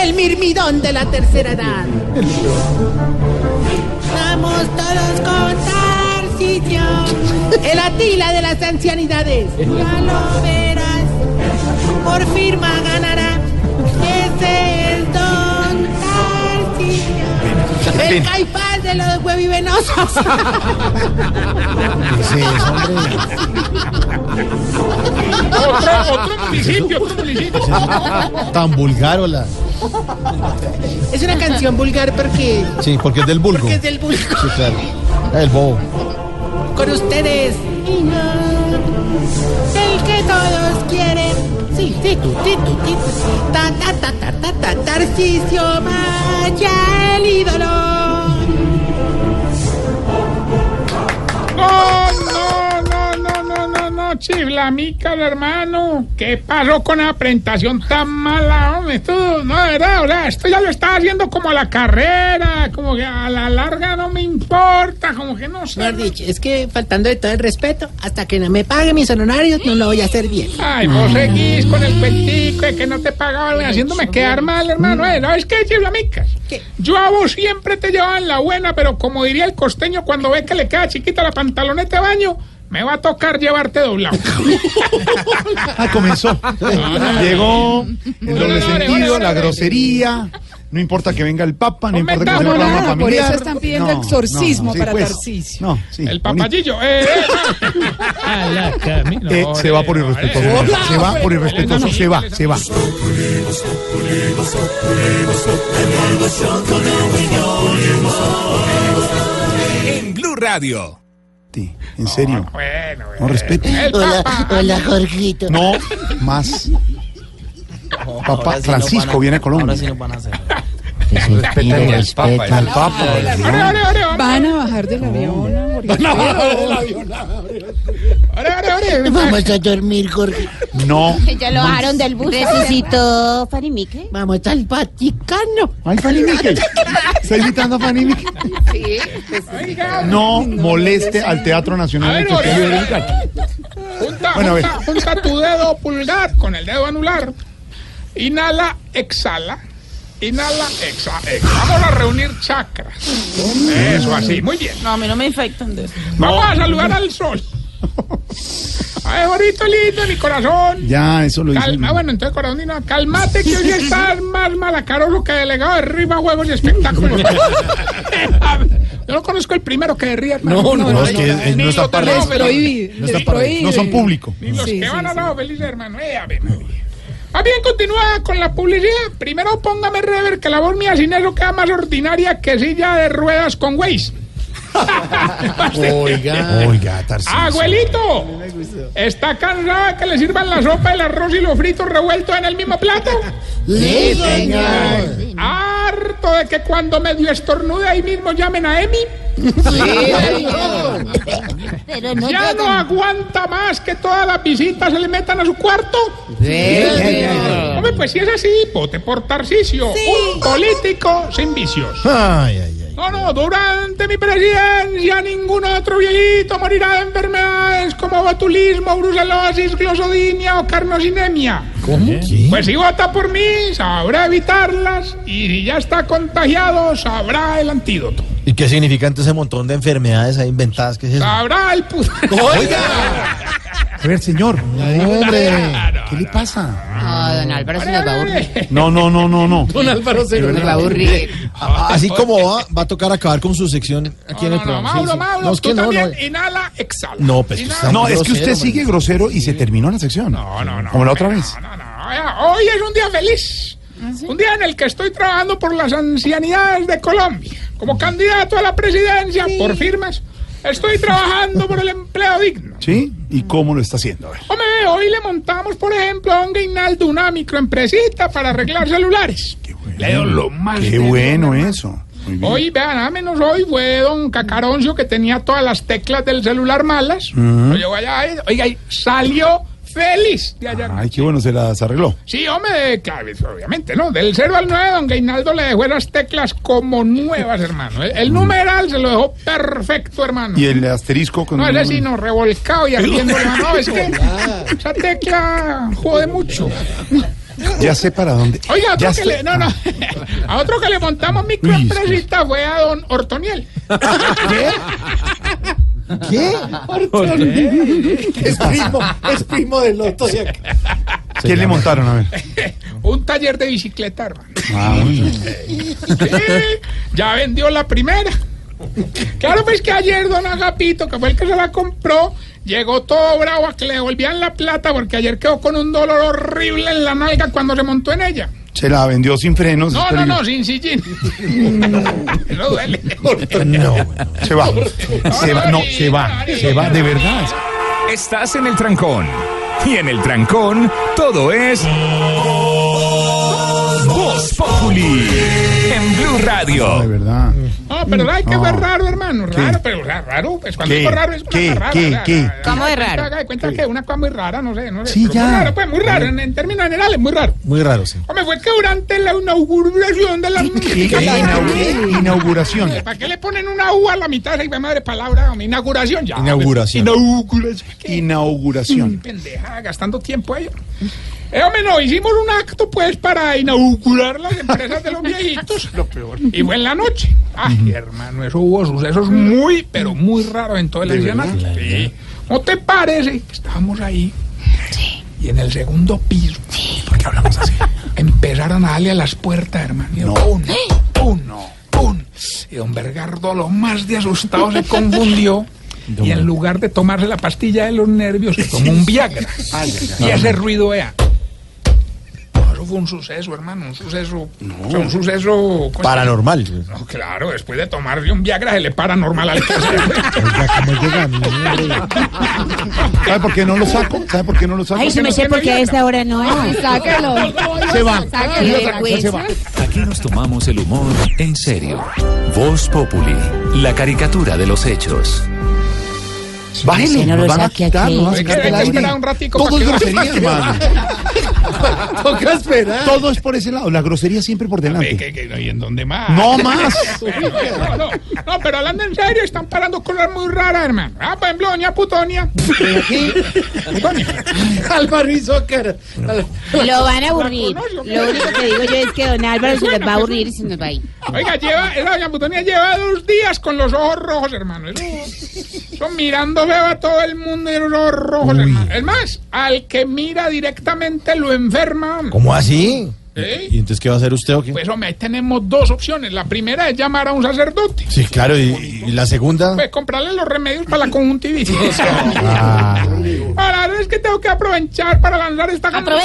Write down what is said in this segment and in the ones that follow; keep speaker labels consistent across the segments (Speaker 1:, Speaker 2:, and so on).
Speaker 1: El mirmidón de la tercera edad. Vamos todos con Tarcisio. El Atila de las ancianidades. Ya lo verás. Por firma ganará. Ese es Don Tarcisio. El caipás de los huevivenosos.
Speaker 2: Otro, otro municipio, otro municipio.
Speaker 3: Tan vulgar, hola.
Speaker 1: Es una canción vulgar porque,
Speaker 3: Sí, porque es del vulgo.
Speaker 1: porque es del vulgo.
Speaker 3: Sí, claro. Ah, El bobo.
Speaker 1: Con ustedes. El que todos quieren. Sí, sí, tu, ti, tu, ti, tu. Ta, ta, ta, ta, ta, ta, Tarcisio Maya, el ídolo.
Speaker 2: No, no, no, no, no, no, no, chiflamica, hermano. ¿Qué pasó con la presentación tan mala, hombre? Esto, no, de verdad, o sea, esto ya lo estaba haciendo como a la carrera, como que a la larga no me importa, como que no sé.
Speaker 1: Mejor dicho, es que faltando de todo el respeto, hasta que no me pague mis honorarios, no lo voy a hacer bien.
Speaker 2: Ay, vos seguís con el petico de que no te pagaban, haciéndome quedar mal, hermano. Eh, ¿Sabes qué, chiflamicas?
Speaker 1: ¿Qué?
Speaker 2: Yo a vos siempre te llevaban la buena, pero como diría el costeño, cuando ves que le queda chiquita la pantaloneta de baño, me va a tocar llevarte doblado.
Speaker 4: Ah, comenzó.
Speaker 5: Ah.
Speaker 4: Llegó el doble sentido, la grosería. No importa que venga el Papa, no importa que sea un programa
Speaker 2: No,
Speaker 4: familiar.
Speaker 5: por eso están pidiendo exorcismo para Tarcisio.
Speaker 4: pues, No, sí.
Speaker 2: El
Speaker 4: bonito.
Speaker 2: papayillo. Eh, eh,
Speaker 4: Eh, se va por irrespetuoso. Se va por irrespetuoso.
Speaker 5: pues.
Speaker 4: Se va, se va.
Speaker 6: En Blue Radio.
Speaker 4: Sí, En serio.
Speaker 2: Bueno, eh.
Speaker 4: No respeto.
Speaker 2: El papa.
Speaker 1: hola, Jorgito.
Speaker 4: No más. Papá Francisco viene a Colombia.
Speaker 3: Respeten al Papa.
Speaker 4: Al Papa.
Speaker 2: Ore, ore, ore, ore,
Speaker 5: Van a bajar del avión. Jorge
Speaker 2: ore, ore, ore.
Speaker 1: Vamos a dormir, Jorge.
Speaker 4: No.
Speaker 7: Ya lo bajaron del bus. Resucitó Fanny Mique.
Speaker 1: Vamos al Vaticano.
Speaker 4: Ay, Fanny Miquel. Está invitando a Fanny Miquel.
Speaker 2: Oiga,
Speaker 4: No moleste al Teatro
Speaker 2: A
Speaker 4: Nacional.
Speaker 2: ver,
Speaker 4: que usted
Speaker 2: ore,
Speaker 4: vive.
Speaker 2: ore. Junta,
Speaker 4: Bueno, a ver.
Speaker 2: junta, junta tu dedo pulgar con el dedo anular. Inhala, exhala. Inhala, exhala. Vamos a reunir chakras. Eso así, muy bien.
Speaker 5: No, a mí no me infectan de eso.
Speaker 2: Vamos a saludar al sol. Ay, bonito, lindo, mi corazón.
Speaker 4: Ya, eso lo hice.
Speaker 2: Calma, bueno, entonces, Coronina, cálmate que hoy estás más malacaroso que delegado de Riva Juegos y Espectáculos. Yo no conozco el primero que derría, hermano.
Speaker 4: No, es que eh,
Speaker 2: Ni
Speaker 4: no está
Speaker 2: los
Speaker 4: para
Speaker 2: de
Speaker 5: Les
Speaker 2: Nobel,
Speaker 5: prohíbe.
Speaker 4: No,
Speaker 5: les
Speaker 4: está para-
Speaker 5: prohíbe.
Speaker 4: no
Speaker 2: eh.
Speaker 4: son público.
Speaker 2: Ni los
Speaker 5: Sí,
Speaker 2: que
Speaker 5: sí,
Speaker 2: van a
Speaker 5: sí.
Speaker 2: la Obelis, hermano. Eh, a ver, a ver. Ah, bien, continúa con la publicidad. Primero póngame rever, que la voz mía sin eso queda más ordinaria que silla de ruedas con Waze.
Speaker 3: Oiga.
Speaker 4: Oiga, Tarcisio.
Speaker 2: Ah, ¡Abuelito! ¿Está cansada que le sirvan la sopa, el arroz y los fritos revueltos en el mismo plato?
Speaker 1: Sí, señor.
Speaker 2: Harto de que cuando medio estornude ahí mismo llamen a Emi.
Speaker 7: Pero no
Speaker 2: ya no
Speaker 7: llegan.
Speaker 2: aguanta más que todas las visitas se le metan a su cuarto. Hombre, pues si es así, vote por Tarcisio, un político sin vicios.
Speaker 3: Ay, ay, ay.
Speaker 2: No, no, durante mi presidencia ningún otro viejito morirá de enfermedades como botulismo, brucelosis, glosodinia o carnosinemia.
Speaker 3: ¿Cómo?
Speaker 2: Pues si vota por mí, sabrá evitarlas y si ya está contagiado, sabrá el antídoto.
Speaker 3: ¿Y qué significan todo ese montón de enfermedades ahí inventadas? ¿Qué es eso?
Speaker 2: Sabrá el puto.
Speaker 4: A ver, señor. Hombre, ¿qué le pasa?
Speaker 7: No, Ah, don Álvaro se nos va a aburrir.
Speaker 4: No, no, no, no, no.
Speaker 7: Se va a aburrir.
Speaker 3: A- Ah, Así como va, va a tocar acabar con su sección aquí en el programa. Sí,
Speaker 2: Mauro,
Speaker 3: sí.
Speaker 2: Mauro,
Speaker 3: No, es
Speaker 2: tú
Speaker 3: que no, eh.
Speaker 2: también
Speaker 3: no.
Speaker 2: inhala, exhala.
Speaker 3: No, pues,
Speaker 2: Inhala,
Speaker 3: está-
Speaker 4: No, es que
Speaker 3: Grosero,
Speaker 4: usted
Speaker 3: man.
Speaker 4: sigue grosero y se terminó la sección. No,
Speaker 2: No, no,
Speaker 4: Como la otra
Speaker 2: hombre,
Speaker 4: vez.
Speaker 2: No, no, no. Oiga, Hoy es un día feliz. Un día en el que estoy trabajando por las ancianidades de Colombia. Como candidato a la presidencia, por firmas, estoy trabajando por el empleo digno.
Speaker 4: ¿Sí? ¿Y cómo lo está haciendo? A ver.
Speaker 2: Hombre, hoy le montamos, por ejemplo, a un Gainaldo una microempresita para arreglar celulares.
Speaker 4: Qué bueno.
Speaker 2: Leo, lo más
Speaker 4: Qué
Speaker 2: de lo
Speaker 4: bueno eso. Muy bien.
Speaker 2: Hoy, vean, a menos hoy fue don Cacaroncio que tenía todas las teclas del celular malas. Lo llevó allá, eh, oiga, y salió feliz de allá.
Speaker 4: Ay, qué bueno, se las arregló.
Speaker 2: Sí, hombre, claro, obviamente, ¿no? Del 0 al 9, don Gainaldo le dejó las teclas como nuevas, hermano. El, el numeral se lo dejó perfecto, hermano.
Speaker 4: Mm. Y el asterisco con.
Speaker 2: No, ese sí, no, revolcado y ardiendo, hermano. No, es que esa tecla jode mucho.
Speaker 4: Ya sé para dónde.
Speaker 2: Oiga, otro
Speaker 4: ya
Speaker 2: que
Speaker 4: estoy-
Speaker 2: le, no, no. a otro que le montamos microempresita fue a don Ortoniel.
Speaker 3: ¿Qué?
Speaker 8: Es primo, es primo del otro de acá.
Speaker 4: ¿Quién le montaron? A ver.
Speaker 2: Un taller de bicicleta, hermano.
Speaker 4: Ah, bueno.
Speaker 2: Sí, ya vendió la primera. Claro, pues que ayer don Agapito, que fue el que se la compró, llegó todo bravo a que le devolvían la plata porque ayer quedó con un dolor horrible en la nalga cuando se montó en ella.
Speaker 4: Se la vendió sin frenos.
Speaker 2: No,
Speaker 4: espero
Speaker 2: no,
Speaker 4: yo.
Speaker 2: no, sin sillín. No duele.
Speaker 4: Se va. Se va. No, se va. Se va. De verdad.
Speaker 6: Estás en el trancón. Y en el trancón, todo es. Voz Populi. En Blue
Speaker 4: No, de
Speaker 6: Radio.
Speaker 4: verdad.
Speaker 2: No, Ah, pero ay, que
Speaker 4: Mm. No.
Speaker 2: fue raro, hermano. Raro, pero raro, raro. Pues cuando
Speaker 4: ¿Qué?
Speaker 2: digo raro es una
Speaker 4: ¿Qué?
Speaker 2: cosa rara.
Speaker 4: ¿Qué?
Speaker 2: o sea,
Speaker 4: ¿Qué?
Speaker 2: haga de
Speaker 7: ¿Cómo de
Speaker 2: cuenta-
Speaker 7: raro?
Speaker 2: haga de cuenta que una cosa muy rara, no sé, no sé.
Speaker 4: Sí,
Speaker 2: pero
Speaker 4: ya.
Speaker 2: Muy raro, pues muy raro, en, en términos generales, muy raro.
Speaker 3: Muy raro, sí.
Speaker 2: Hombre, fue que durante la inauguración de la...
Speaker 4: ¿Qué? Inaugura- Inauguración.
Speaker 2: ¿Para qué le ponen una U a la mitad? Ay, madre, palabra, hombre, inauguración ya.
Speaker 3: Inauguración.
Speaker 2: Inauguración. ¿Qué
Speaker 4: Inauguración.
Speaker 2: pendeja, gastando tiempo ellos. Eh, hombre, no, hicimos un acto, pues, para inaugurar las empresas de los viejitos. Lo peor. Y fue en la noche. Ay, hermano, eso hubo sucesos muy, pero muy raros en todo el ancianato. Sí. ¿No te parece que estábamos ahí? Y en el segundo piso, ¿por qué hablamos así? Empezaron a darle a las puertas, hermano. Y Pum, pum, no, pum. Y don Bergardo, lo más de asustado, se confundió. Y en lugar de tomarse la pastilla de los nervios, se tomó un Viagra. Y ese ruido era. No, Eso fue un suceso, hermano, un suceso. o sea, un suceso.
Speaker 3: Paranormal.
Speaker 2: No, claro, después de tomarle un Viagra se le paranormal al
Speaker 3: Oiga, ¿cómo llega a mí, hombre?
Speaker 4: ¿Sabe por qué no lo saco? ¿Sabe por qué no lo saco?
Speaker 7: Ay, yo me sé porque a esta hora no es.
Speaker 5: Sáquelo.
Speaker 4: Se va.
Speaker 7: Sáquelo de la
Speaker 4: Se va.
Speaker 7: cuenta.
Speaker 6: Aquí nos tomamos el humor en serio. Voz Populi. La caricatura de los hechos.
Speaker 4: Bájele,
Speaker 7: no lo
Speaker 4: nos van a
Speaker 7: saque
Speaker 4: quitar,
Speaker 7: aquí.
Speaker 4: nos van a
Speaker 7: Es que
Speaker 2: hay
Speaker 4: quitar del
Speaker 2: que
Speaker 4: aire.
Speaker 2: esperar un ratico
Speaker 4: Todo
Speaker 2: para
Speaker 4: es
Speaker 2: que
Speaker 4: grosería,
Speaker 2: baje.
Speaker 4: hermano.
Speaker 8: Toca esperar.
Speaker 4: Todo es por ese lado. La grosería siempre por delante.
Speaker 2: ¿Y en dónde más?
Speaker 4: No más.
Speaker 2: No, no, no, pero hablando en serio, están parando cosas muy raras, hermano. Ah, por ejemplo, doña Putonia. Putonia.
Speaker 8: Álvaro hizo cara.
Speaker 7: Lo van a aburrir. Lo único que digo yo es que don Álvaro se les va a aburrir y se nos va a ir.
Speaker 2: Oiga, lleva, esa doña Putonia lleva dos días con los ojos rojos, hermano. Eso, eso mirándose va a todo el mundo y los ojos rojos, hermano. Es más, al que mira directamente lo enferma. hombre.
Speaker 3: ¿Cómo así?
Speaker 2: ¿Eh?
Speaker 3: ¿Y entonces qué va a hacer usted o qué?
Speaker 2: Pues, hombre, ahí tenemos dos opciones. La primera es llamar a un sacerdote.
Speaker 3: Sí, claro, y, y la segunda.
Speaker 2: Pues comprarle los remedios para la conjuntivitis.
Speaker 3: Ah,
Speaker 2: Ahora, la verdad es que tengo que aprovechar para lanzar esta campaña.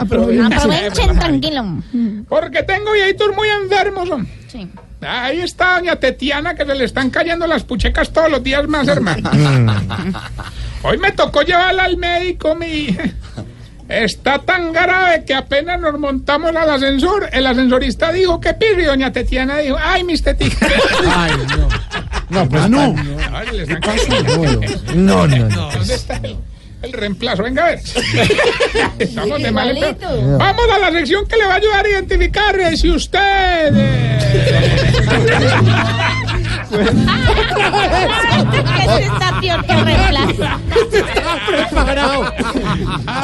Speaker 7: Aprovechen. Aprovechen, tranquilo.
Speaker 2: Porque tengo viejitos muy enfermos. hombre.
Speaker 7: Sí.
Speaker 2: Ahí está doña Tetiana que se le están cayendo las puchecas todos los días más, hermano. Hoy me tocó llevarla al médico, mi hija. Está tan grave que apenas nos montamos al ascensor. El ascensorista dijo que pirri, doña Tetiana dijo, ay, mis teticas.
Speaker 3: Ay, no. No, pues
Speaker 4: no.
Speaker 2: Ahora le están cayendo.
Speaker 3: No, no, no.
Speaker 2: ¿Dónde está el, el reemplazo? Venga a ver. Estamos de mal en peor.
Speaker 7: Igualito.
Speaker 2: Vamos a la sección que le va a ayudar a identificar eh, si usted. eh,
Speaker 7: Eso está peor que reemplazo.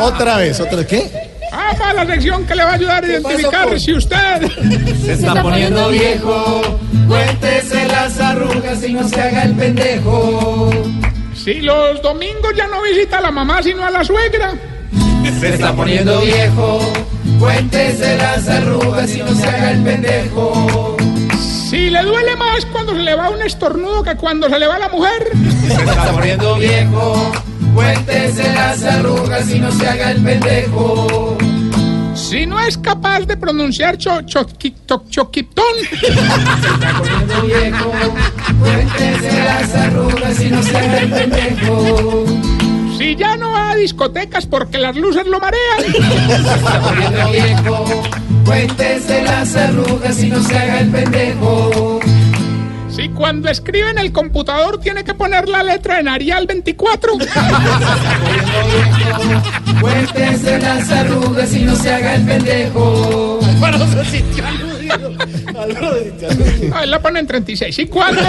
Speaker 3: Otra vez, otra vez. ¿Qué?
Speaker 2: Vamos a la sección que le va a ayudar a identificar si usted.
Speaker 8: Se está poniendo viejo. Cuéntese las arrugas y no se haga el pendejo.
Speaker 2: Si los domingos ya no visita a la mamá sino a la suegra.
Speaker 8: Se está poniendo viejo. Cuéntese las arrugas y no se haga el pendejo.
Speaker 2: Si le duele más cuando se le va un estornudo que cuando se le va la mujer.
Speaker 8: Se está poniendo viejo. Cuéntese las arrugas y no se haga el pendejo.
Speaker 2: Si no es capaz de pronunciar cho, choqui- to- choquitón.
Speaker 8: Poniendo viejo. Cuéntese las arrugas y no se haga el pendejo.
Speaker 2: Si ya no va a discotecas porque las luces lo marean.
Speaker 8: Poniendo viejo. Cuéntese las arrugas y no se haga el pendejo.
Speaker 2: Si cuando escribe en el computador tiene que poner la letra en Arial 24.
Speaker 8: Cuéntese las arrugas y no se haga el pendejo.
Speaker 2: A ver, la pone en 36. ¿Y cuándo?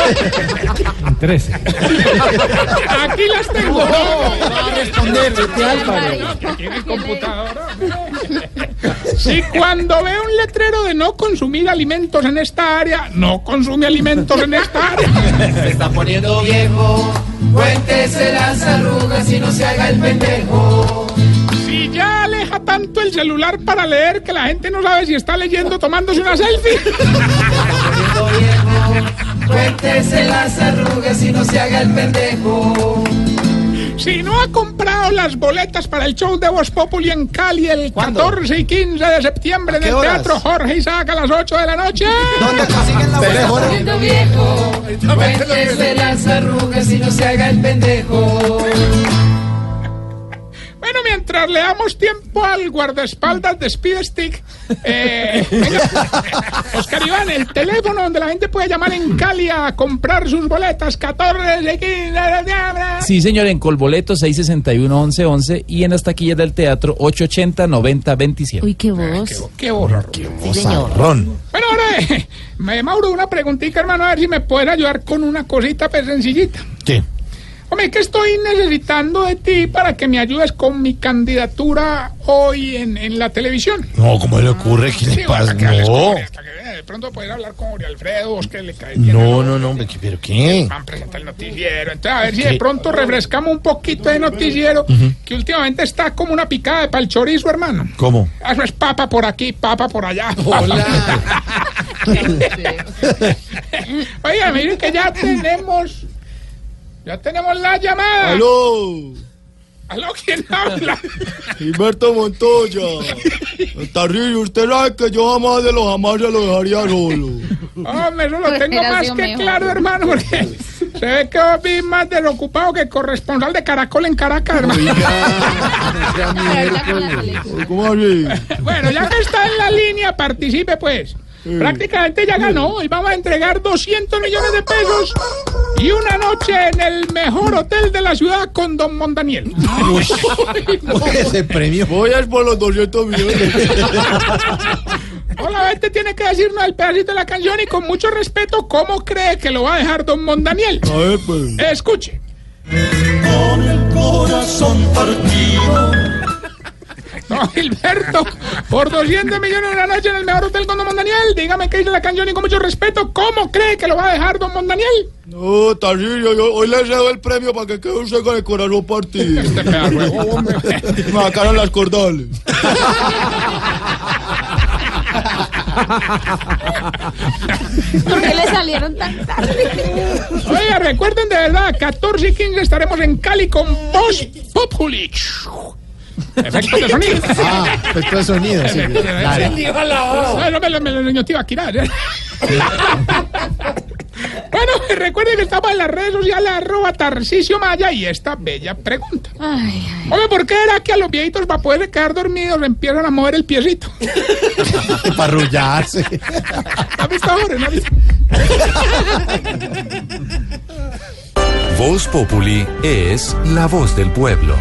Speaker 9: En 13.
Speaker 2: Aquí las tengo.
Speaker 3: Va a responder,
Speaker 2: Aquí en el computador. hombre. Si cuando ve un letrero de no consumir alimentos en esta área, no consume alimentos en esta área.
Speaker 8: Se está poniendo viejo. Cuéntese las arrugas y no se haga el pendejo.
Speaker 2: Si ya aleja tanto el celular para leer que la gente no sabe si está leyendo o tomándose una selfie.
Speaker 8: Poniendo viejo. Cuéntese las arrugas y no se haga el pendejo.
Speaker 2: Si no ha comprado las boletas para el show de Voz Populi en Cali el 14 y 15 de septiembre en
Speaker 3: qué
Speaker 2: el
Speaker 3: horas?
Speaker 2: Teatro Jorge Isaac a las 8 de la noche.
Speaker 3: ¿Dónde consiguen la boleta?
Speaker 8: Poniendo viejo. Cuéntese las arrugas y no se haga el pendejo.
Speaker 2: Bueno, mientras le damos tiempo al guardaespaldas de Speed Stick, eh, venga, Oscar Iván, el teléfono donde la gente puede llamar en Cali a comprar sus boletas 14 y 15 de septiembre.
Speaker 10: Sí, señor, en Colboleto 661-1111 y en las taquillas del teatro 880-9027.
Speaker 7: Uy, qué voz.
Speaker 2: Qué horror.
Speaker 7: Sí, señor.
Speaker 2: Bueno, ahora, eh, me- Mauro, una preguntita, hermano, a ver si me pueden ayudar con una cosita pues, sencillita.
Speaker 3: ¿Qué?
Speaker 2: Hombre, que estoy necesitando de ti para que me ayudes con mi candidatura hoy en, en la televisión.
Speaker 3: No, ¿cómo le ocurre? ¿Qué
Speaker 2: Sí,
Speaker 3: le
Speaker 2: hasta
Speaker 3: pasa?
Speaker 2: que hables con
Speaker 3: No.
Speaker 2: Jorge, hasta que, eh, de pronto poder hablar con Jorge Alfredo, vos que le cae bien a
Speaker 3: No,
Speaker 2: los-
Speaker 3: no, no, hombre, ¿qué- ¿pero qué?
Speaker 2: Van a presentar el noticiero. Entonces, a ver si
Speaker 3: ¿Qué?
Speaker 2: de pronto refrescamos un poquito de noticiero, que últimamente está como una picada de pal chorizo, hermano.
Speaker 3: ¿Cómo?
Speaker 2: Eso Ah, es papa por aquí, papa por allá. Oiga, miren que ya tenemos. Ya tenemos la llamada.
Speaker 4: ¡Aló!
Speaker 2: ¿Aló? ¿Quién habla?
Speaker 4: Gilberto Montoya. Terrible, usted sabe que yo jamás de los jamás se lo dejaría solo.
Speaker 2: Hombre, eso lo
Speaker 7: Pues
Speaker 2: tengo
Speaker 7: era
Speaker 2: más
Speaker 7: Dios
Speaker 2: que
Speaker 7: mío.
Speaker 2: claro, hermano, porque se ve que vos vi más desocupado que corresponsal de Caracol en Caracas, hermano.
Speaker 4: ¿Cómo así?
Speaker 2: Bueno, ya que está en la línea, participe pues. Prácticamente ya ganó y vamos a entregar 200 millones de pesos y una noche en el mejor hotel de la ciudad con Don Mondaniel.
Speaker 3: Ese premio.
Speaker 4: Voy a ir por los 200 millones.
Speaker 2: Hola, este tiene que decirnos el pedacito de la canción y con mucho respeto cómo cree que lo va a dejar Don Mondaniel.
Speaker 4: A ver, pues.
Speaker 2: Escuche. Con el corazón partido. No, Gilberto, por 200 millones de la noche en el mejor hotel con Don Mondaniel, dígame qué dice la canción y con mucho respeto, ¿cómo cree que lo va a dejar Don Mondaniel?
Speaker 4: No, Tarcillo, yo hoy le cedo el premio para que quede usted con el corazón partido.
Speaker 2: Este pedazo de hombre.
Speaker 4: Me sacaron las cordales.
Speaker 7: ¿Por qué le salieron tan tarde?
Speaker 2: Oiga, recuerden de verdad, 14 y 15 estaremos en Cali con Voz Populi. Efectos de sonido.
Speaker 3: Ah, efecto de sonido, sí.
Speaker 2: Ay, no me lo, me lo ñotío aquí, nada. Bueno, recuerden que estaba en las redes sociales arroba Tarcisio Maya y esta bella pregunta.
Speaker 7: Ay,
Speaker 2: Hombre, ¿por qué era que a los viejitos para poder quedar dormidos le empiezan a mover el piecito?
Speaker 3: Para arrullarse.
Speaker 2: ¿Has visto ahora? ¿No has visto?
Speaker 6: Voz Populi es la voz del pueblo.